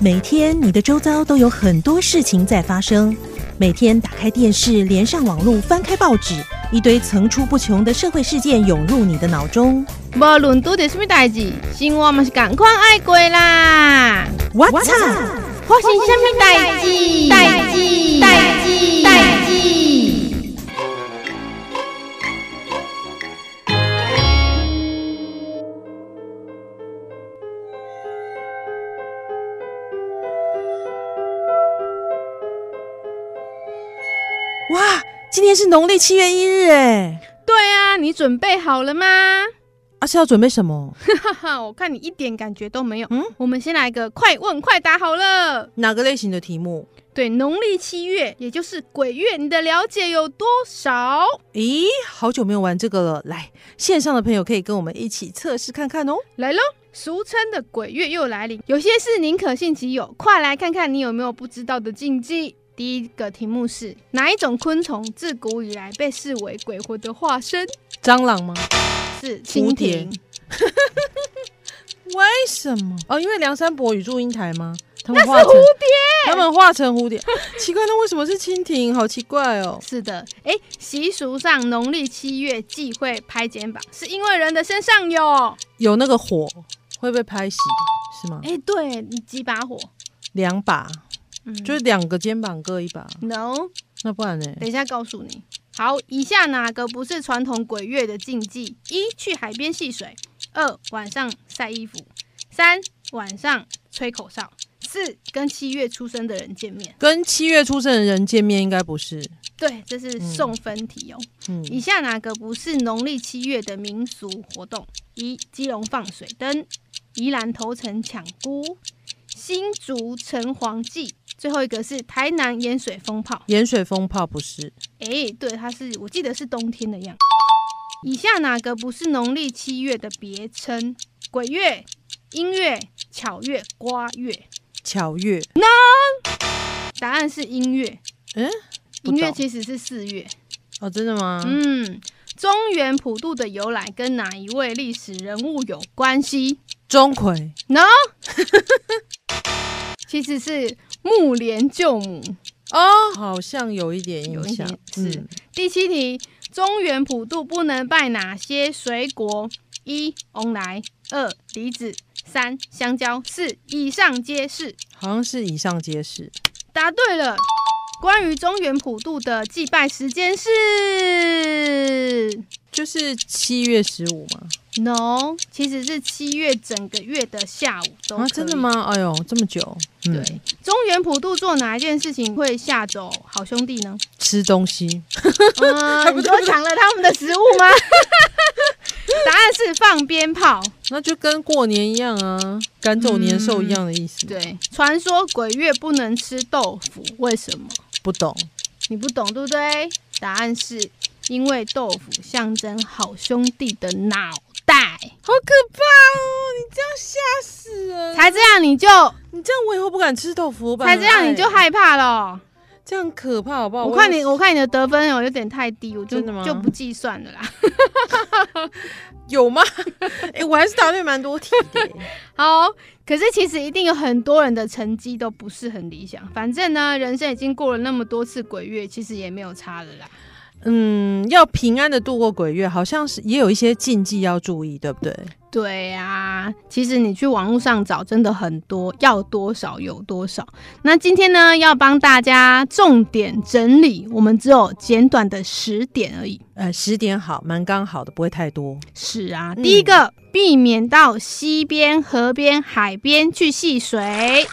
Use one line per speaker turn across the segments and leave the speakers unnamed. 每天你的周遭都有很多事情在发生，每天打开电视，连上网络，翻开报纸，一堆层出不穷的社会事件涌入你的脑中。
无论拄着什么代志，生活嘛是共款爱过啦。
我操！
发生什么代志？代志？代志？代志？
哇，今天是农历七月一日哎，
对啊，你准备好了吗？
啊是要准备什么？
哈哈，我看你一点感觉都没有。
嗯
嗯，我们先来一个快问快答好了。
哪个类型的题目？
对，农历七月，也就是鬼月，你的了解有多少？
咦，好久没有玩这个了，来，线上的朋友可以跟我们一起测试看看哦。
来喽，俗称的鬼月又来临，有些事宁可信其有，快来看看你有没有不知道的禁忌。第一个题目是哪一种昆虫自古以来被视为鬼魂的化身？
蟑螂吗？
是
蝴
蜻
蝶
蜓。
为什么？哦，因为梁山伯与祝英台吗？他
那
们
是
化成
蝴蝶。
他们化成蝴蝶， 奇怪，那为什么是蜻蜓？好奇怪哦。
是的，哎，习俗上农历七月忌讳拍肩膀，是因为人的身上有。
有那个火会被拍熄是吗？
哎，对你几把火？
两把，
嗯，
就是两个肩膀各一把，
no。
那不然呢？
等一下告诉你。好，以下哪个不是传统鬼月的禁忌？一、去海边戏水；二、晚上晒衣服；三、晚上吹口哨；四、跟七月出生的人见面。
跟七月出生的人见面应该不是，
对，这是送分题哦。
嗯，
以下哪个不是农历七月的民俗活动？一、基隆放水灯；宜兰头城抢菇；新竹城隍祭；最后一个是台南盐水风炮。
盐水风炮不是，
诶，对，它是我记得是冬天的样子。以下哪个不是农历七月的别称？鬼月、音乐、巧月、瓜月。
巧月，
答案是音乐，
嗯，不
音乐
懂
其实是四月。
哦，真的吗？
嗯，中原普渡的由来跟哪一位历史人物有关系
钟馗
？No，其实是木莲救母。
哦，好像有一点
有
印
一
象
点，是
嗯，
第七题，中原普渡不能拜哪些水果？一、翁来；二、梨子；三、香蕉；四、以上皆是。
好像是以上皆是。
答对了。关于中原普渡的祭拜时间是
就是七月十五嘛？
？No，其实是七月整个月的下午都
啊，
可以
真的？吗？哎呦，这么久，嗯、
对，中原普渡做哪一件事情会吓走好兄弟 呢？
吃东西，
嗯、你说抢了他们的食物吗？ 答案是放鞭炮。
那就跟过年一样啊，赶走年兽一样的意思。，
嗯对，传说鬼月不能吃豆腐，为什么？
不懂，
你不懂对不对？答案是因为豆腐象征好兄弟的脑袋。
好可怕哦！你这样吓死人！
才这样你就
你这样我以后不敢吃豆腐，我本来
才这样你就
很爱
害怕了。
这样可怕，好不好？
我看
要
你我看你的得分哦有点太低，我就
真的吗
就不计算了啦。
有吗？ 哎、我还是答对蛮多题的、
好，可是其实一定有很多人的成绩都不是很理想。反正呢，人生已经过了那么多次鬼月，其实也没有差了啦。
嗯，要平安的度过鬼月，好像是也有一些禁忌要注意，对不对？
对呀、其实你去网络上找真的很多，要多少有多少。那今天呢，要帮大家重点整理，我们只有简短的十点而已。
呃，十点好，蛮刚好的，不会太多。
是啊，
嗯
第一个，避免到溪边、河边、海边去戏水。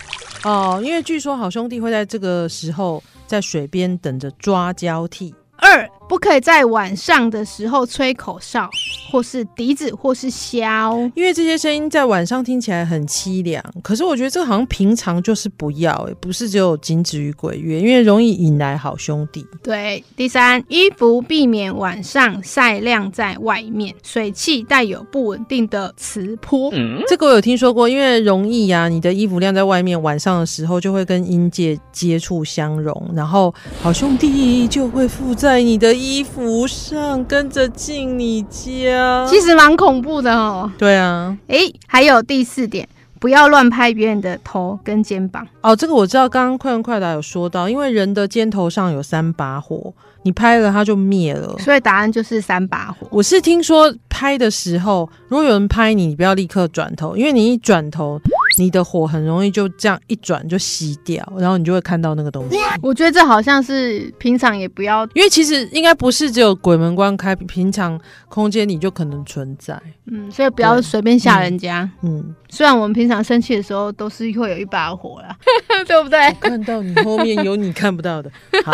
哦，因为据说好兄弟会在这个时候在水边等着抓交替。
二，不可以在晚上的时候吹口哨，或是笛子，或是箫。
因为这些声音在晚上听起来很凄凉，可是我觉得这好像平常就是不要、欸，不是只有仅止于鬼月，因为容易引来好兄弟。
对，第三，衣服避免晚上晒晾在外面，水汽带有不稳定的磁波。
这个我有听说过，因为容易呀、你的衣服晾在外面，晚上的时候就会跟阴界接触相融，然后好兄弟就会附在你的衣服上，跟着进你家。
其实蛮恐怖的哦。
对啊，
诶，还有第四点，不要乱拍别人的头跟肩膀。
哦，这个我知道，刚刚快问快答有说到，因为人的肩头上有三把火，你拍了它就灭了。
所以答案就是三把火。
我是听说拍的时候，如果有人拍你，你不要立刻转头，因为你一转头，你的火很容易就这样一转就熄掉，然后你就会看到那个东西。
我觉得这好像是平常也不要，
因为其实应该不是只有鬼门关开，平常空间你就可能存在。
嗯，所以不要
对
随便吓人家。
嗯，
虽然我们平常生气的时候都是会有一把火啦， 对不对？
我看到你后面有你看不到的。好，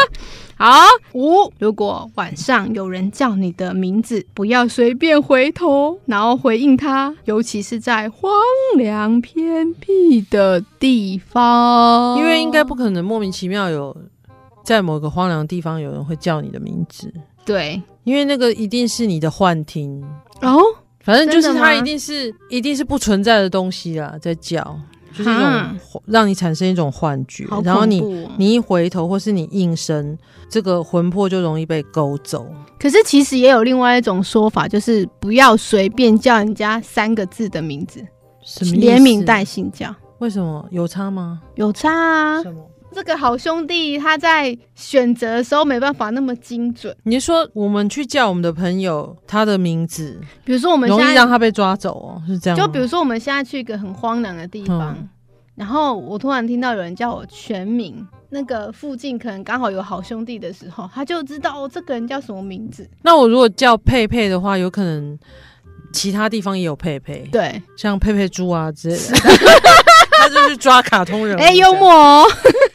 好，五，如果晚上有人叫你的名字，不要随便回头，然后回应他，尤其是在荒凉偏僻的地方，
因为应该不可能莫名其妙有在某个荒凉地方有人会叫你的名字，
对
因为那个一定是你的幻听，
哦，
反正就是
真的吗
它一定是一定是不存在的东西啦，在叫，就是一
哈
种幻让你产生一种幻觉
好，
然后
恐
你。
怖哦
你一回头，或是你应声，这个魂魄就容易被勾走。
可是其实也有另外一种说法，就是不要随便叫人家三个字的名字，
什么意思
连名带姓叫，
为什么有差吗？
有差啊。
什么？
这个好兄弟他在选择的时候没办法那么精准，
你是说我们去叫我们的朋友他的名字，
比如说我们现
容易
在
让他被抓走哦，是这样吗？
就比如说，我们现在去一个很荒凉的地方，
嗯
然后我突然听到有人叫我全名，那个附近可能刚好有好兄弟的时候，他就知道哦，这个人叫什么名字。
那我如果叫佩佩的话，有可能其他地方也有佩佩，
对，
像佩佩猪啊之类的。 他就去抓卡通人物，
哎、幽默哦。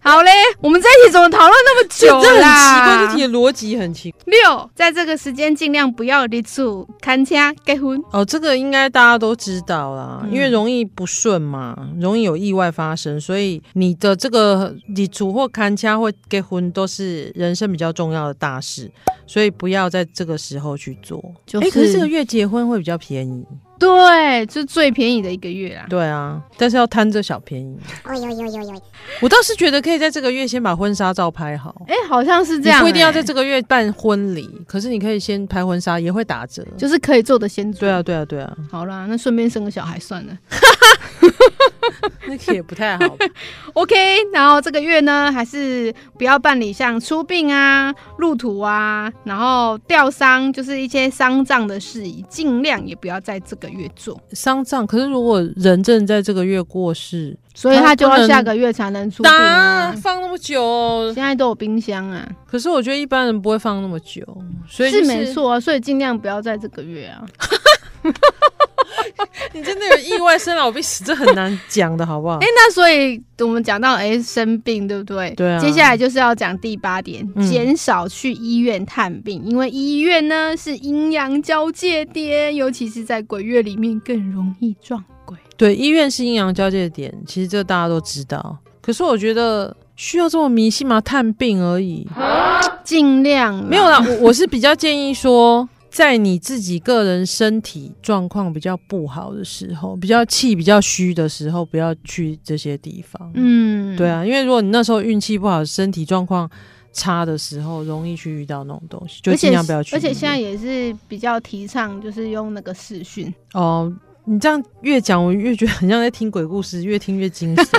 好嘞，我们在一起怎么讨论那么
这
久
样，这这很奇怪，
啦？
这题的逻辑很奇怪。
六，在这个时间尽量不要离处看家结婚。
哦，这个应该大家都知道啦，
嗯
因为容易不顺嘛，容易有意外发生，所以你的这个你主或看家或结婚都是人生比较重要的大事，所以不要在这个时候去做。
就
哎、可是这个
月
月结婚会比较便宜，
对，就最便宜的一个月啦。
对啊，但是要贪这小便宜。我倒是觉得可以在这个月先把婚纱照拍好，
哎、好像是这
你
样、
不一定要
哎
在这个欸月办婚礼，可是你可以先拍婚纱，也会打折。
就是可以做的先做。
对啊，对啊，对啊，
好啦，那顺便生个小孩算了。
那个也不太 好吧。
OK，然后这个月呢，还是不要办理像出殡啊、入土啊，然后吊丧，就是一些丧葬的事宜，尽量也不要在这个月做。
丧葬，可是如果人正在这个月过世，
所以他就
啊不
要
能
下个月才能出殡啊。
放那么久、哦
现，在都有冰箱啊，
可是我觉得一般人不会放那么久，所以、
是没。错啊，所以尽量不要在这个月啊。
你真的有意外生老病死，这很难讲的好不 好？
哎、那所以我们讲到哎、生病，对不对？
对啊
接下来就是要讲第八点，
嗯
减少去医院探病，因为医院呢是阴阳交界点，尤其是在鬼月里面更容易撞鬼。
对，医院是阴阳交界点，其实这大家都知道。可是我觉得需要这么迷信吗？探病而已，
尽量
没有啦。我我是比较建议说，在你自己个人身体状况比较不好的时候，比较气、比较虚的时候，不要去这些地方。
嗯，
对，啊，因为如果你那时候运气不好，身体状况差的时候，容易去遇到那种东西，就
而
尽
且
量不要去
而且
医
现在
院
也是比较提倡，就是用那个视讯。
哦，你这样越讲，我越觉得很像在听鬼故事，越听越惊 悚。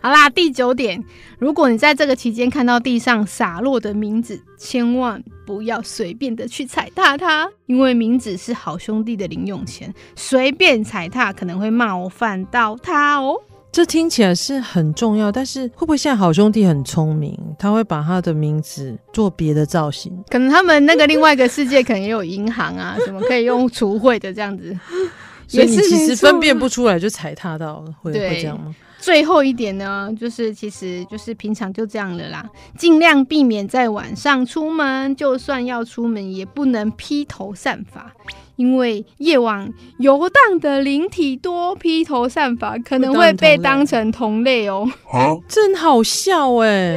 好啦，第九点，如果你在这个期间看到地上洒落的冥纸，千万不要随便的去踩踏它，哦因为冥纸是好兄弟的零用钱，随便踩踏可能会冒犯到他哦。
这听起来是很重要，但是会不会现在好兄弟很聪明，他会把他的名字做别的造型？
可能他们那个另外一个世界可能也有银行啊，什么可以用除秽的这样子。
所以你
也是
其
没
实
错啊
分辨不出来，就踩踏到了，会
对
会这样吗？
最后一点呢，就是其实就是平常就这样了啦，尽量避免在晚上出门，就算要出门也不能披头散发，因为夜晚游荡的灵体多，披头散发可能会被当成同类哦。
这很好笑哎、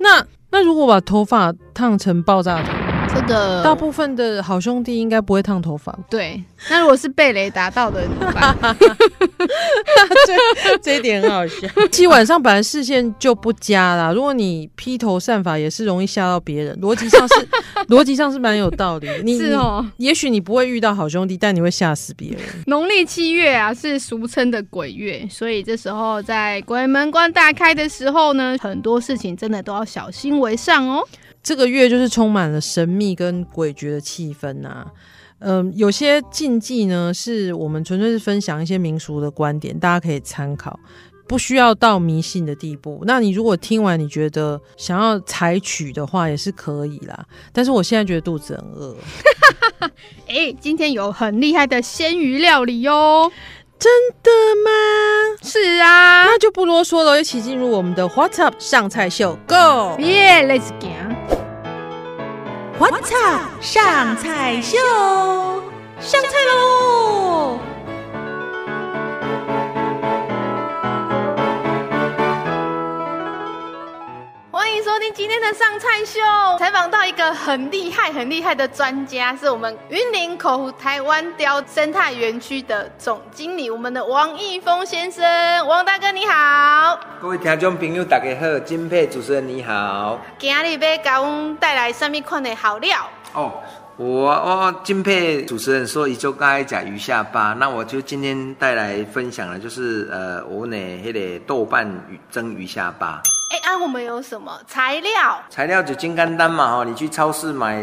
那那如果把头发烫成爆炸头，
这个
大部分的好兄弟应该不会烫头发吧
对，那如果是被雷打到的怎么办？
最 这一点很好笑。 其实晚上本来视线就不佳啦，如果你披头散发，也是容易吓到别人。逻辑上 是逻辑上是蛮有道理。你
是哦，
你也许你不会遇到好兄弟，但你会吓死别人。
农历七月啊，是俗称的鬼月，所以这时候在鬼门关大开的时候呢，很多事情真的都要小心为上哦。
这个月就是充满了神秘跟诡谲的气氛呐、嗯，有些禁忌呢，是我们纯粹是分享一些民俗的观点，大家可以参考，不需要到迷信的地步。那你如果听完你觉得想要采取的话，也是可以啦。但是我现在觉得肚子很饿，
哎，今天有很厉害的鲜鱼料理哟。
的吗？
是啊，
那就不啰嗦了，一起进入我们的 What's Up 上菜秀，Go！
耶、yeah,，Let's go。
What's up？上菜秀，上菜喽！
欢迎收听今天的上菜秀，采访到一个很厉害、很厉害的专家，是我们云林口湖台湾雕生态园区的总经理，我们的王义峰先生。王大哥你好，
各位听众朋友，大家好，金佩主持人你好。
今日要给我们带来什么款的好料？
哦，我哦，金佩主持人说，一周刚才讲鱼下巴，那我就今天带来分享的，就是呃，我呢那个豆瓣鱼蒸鱼下巴。
哎，啊，我们有什么材料？
材料就金简单嘛，哈，你去超市买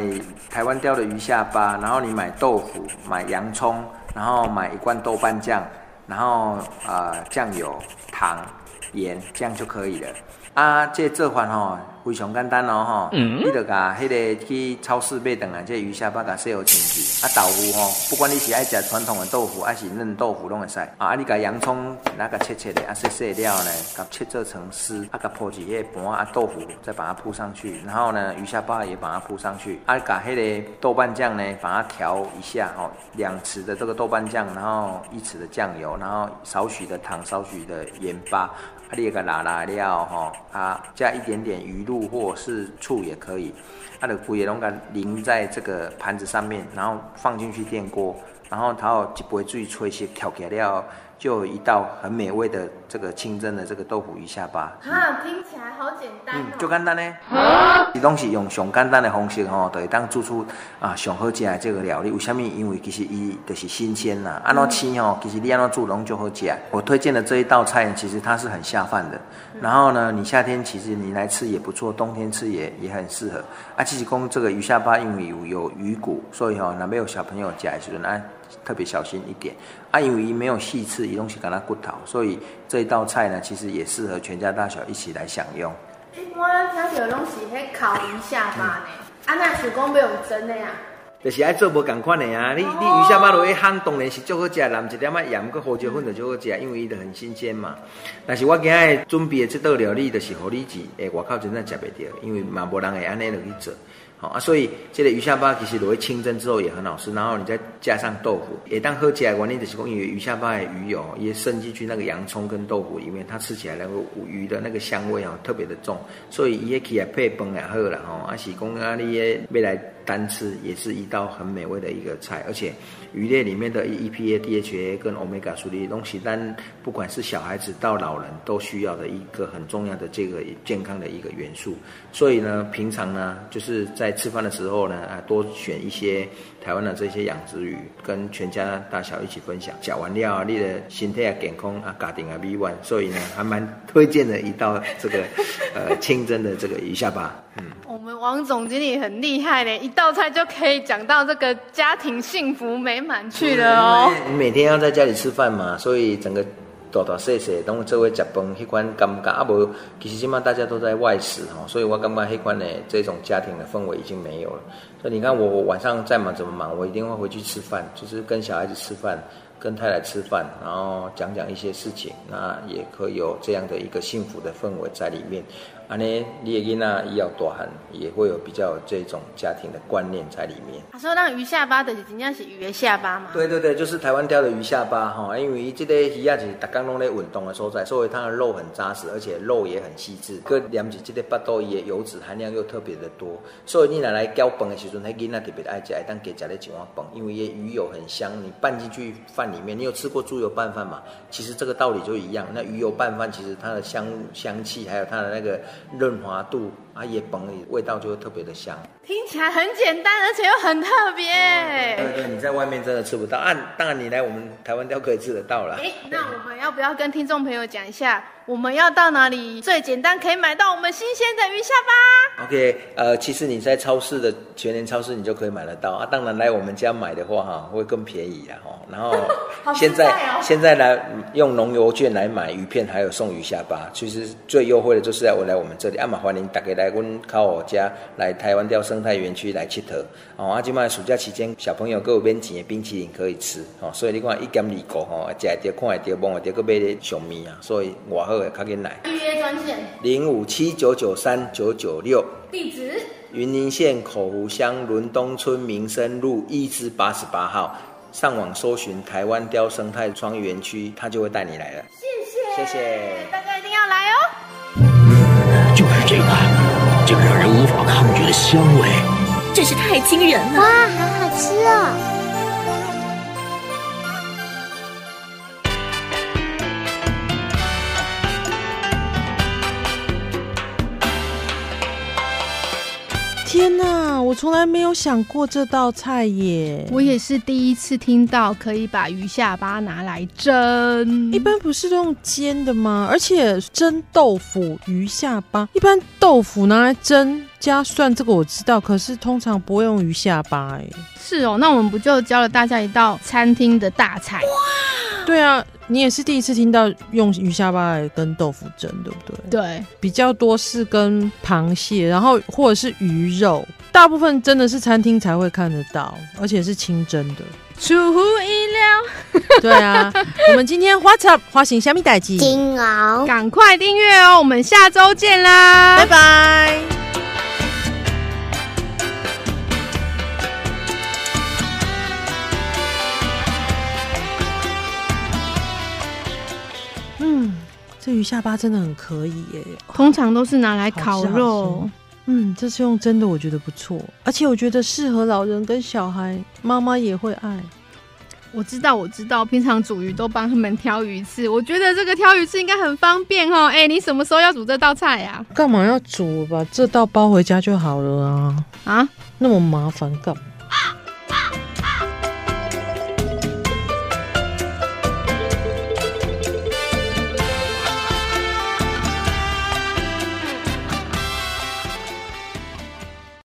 台湾雕的鱼下巴，然后你买豆腐，买洋葱，然后买一罐豆瓣酱，然后呃酱油、糖、盐，这样就可以了。啊，这做法吼、非常简单哦，吼、你就甲迄个去超市买等来这鱼下巴甲洗好清气，啊豆腐吼、不管你是爱食传统的豆腐还是嫩豆腐拢会使，啊啊你甲洋葱那甲切切的，啊洗洗了呢，甲切做成丝，啊甲铺一个盘啊豆腐，再把它铺上去，然后呢鱼下巴也把它铺上去，啊甲迄个豆瓣酱呢把它调一下哦，两匙的这个豆瓣酱，然后一匙的酱油，然后少许的糖，少许的盐巴。啊，你个拿拿料吼，啊，加一点点鱼露或是醋也可以。啊，就规个拢甲淋在这个盘子上面，然后放进去电锅，然后它有一杯水吹起，调起来了，就有一道很美味的这个清蒸的这个豆腐鱼下巴。
啊，听起来好简单哦
嗯，就简单呢。伊拢是用上简单的方式吼，就会当做出啊上好食的这个料理。为什么？因为其实伊就是新鲜啦，安怎吃吼，其实你安怎做拢就好食。我推荐的这一道菜，其实它是很下饭的。然后呢，你夏天其实你来吃也不错，冬天吃也也很适合。啊，其实讲这个鱼下巴，因为有有鱼骨，所以吼、若要有小朋友食的时阵，啊特别小心一点。啊，因为伊没有细刺，伊拢是干那骨头，所以这一道菜呢，其实也适合全家大小一起来享用。
我听到拢是迄烤鱼下巴呢，啊，那是讲要用蒸的呀、啊
就是爱做无共款的啊！你你鱼虾巴落去烘，当然是最好食，淋一点仔盐，佮胡椒粉就最好食，因为伊就很新鲜嘛。但是我今日准备的这道料理，就是互你是诶外口真正食袂到，因为嘛无人会安尼落去做。好啊，所以这个鱼下巴其实落去清蒸之后也很好吃，然后你再加上豆腐，也当喝起来原因就是讲，因为鱼下巴的鱼油也渗进去那个洋葱跟豆腐里面，它吃起来那个鱼的那个香味哦特别的重，所以伊迄起来配饭也好啦吼，啊是讲啊你的要来单吃也是一道很美味的一个菜，而且鱼类里面的 E EPA、DHA 跟 omega 3的东西，但不管是小孩子到老人都需要的一个很重要的这个健康的一个元素。所以呢，平常呢就是在吃饭的时候呢，啊多选一些台湾的这些养殖鱼，跟全家大小一起分享。讲完料啊，你的心态啊健康啊，家庭啊美满，所以呢还蛮推荐的一道这个呃清蒸的这个鱼下巴。
我们王总经理很厉害嘞，一道菜就可以讲到这个家庭幸福美满去了哦。
因为你每天要在家里吃饭嘛，所以整个大大细细拢做伙食饭，迄款感觉啊无，其实现在大家都在外食吼，所以我感觉迄款的这种家庭的氛围已经没有了。所以你看我我晚上再忙怎么忙，我一定会回去吃饭，就是跟小孩子吃饭，跟太太吃饭，然后讲讲一些事情，那也可以有这样的一个幸福的氛围在里面。安尼，你的囡仔以后大汉也会有比较有这种家庭的观念在里面。
他说让鱼下巴的真正是鱼的下巴嘛？
对对对，就是台湾钓的鱼下巴哈，因为伊这个鱼啊是逐工拢咧运动的所在，所以它的肉很扎实，而且肉也很细致。佮连起这个巴肚伊的油脂含量又特别的多，所以你拿来搅饭的时阵，迄囡仔特别爱食，会当加食咧一碗饭，因为伊的鱼油很香，你拌进去饭里里面，你有吃过猪油拌饭吗？其实这个道理就一样。那鱼油拌饭其实它的香香气，还有它的那个润滑度啊，也本味道就会特别的香。
听起来很简单，而且又很特别。
嗯对对，你在外面真的吃不到啊！当然你来我们台湾雕可以吃得到啦。
哎，那我们要不要跟听众朋友讲一下，我们要到哪里最简单可以买到我们新鲜的鱼下巴？
OK，呃，其实你在超市的全年超市你就可以买得到啊。当然来我们家买的话哈、会更便宜啦哦。然后现在、现在来嗯用农油券来买鱼片，还有送鱼下巴，其实最优惠的就是来我来我们这里，啊，嘛欢迎大家来阮靠我家来台湾钓生态园区来佚佗哦。啊，即卖暑假期间小朋友各有免钱的冰淇淋可以吃哦，所以你看一减二五吼，食会到看会到摸会到，搁买咧上面啊，所以外好的较紧来
预约专线
零五七九九三九九六。057-993-996
地址。
云林县口湖乡伦东村民生路一至八十八号，上网搜寻台湾雕生态庄园区，它就会带你来了。谢谢，谢谢。
大家一定要来哦！
就是这个，这个让人无法抗拒的香味。
真是太惊人了！
哇，好好吃哦！
天哪，我从来没有想过这道菜耶！
我也是第一次听到可以把鱼下巴拿来蒸。
一般不是都用煎的吗？而且蒸豆腐、鱼下巴，一般豆腐拿来蒸加蒜，这个我知道，可是通常不会用鱼下巴哎。
是哦，那我们不就教了大家一道餐厅的大菜？
对啊，你也是第一次听到用鱼下巴来跟豆腐蒸，对不对？
对，
比较多是跟螃蟹，然后或者是鱼肉，大部分真的是餐厅才会看得到，而且是清蒸的。
出乎意料，
对啊，我们今天花草花型虾米代记，
金鳌。
赶快订阅哦！我们下周见啦，
拜拜。嗯，这鱼下巴真的很可以耶。
通常都是拿来烤
好吃好
肉
吃，嗯，这次用真的我觉得不错，而且我觉得适合老人跟小孩，妈妈也会爱。
我知道，我知道，平常煮鱼都帮他们挑鱼刺，我觉得这个挑鱼刺应该很方便哦。哎、你什么时候要煮这道菜呀、
干嘛要煮？把这道包回家就好了啊，
啊？
那么麻烦干嘛？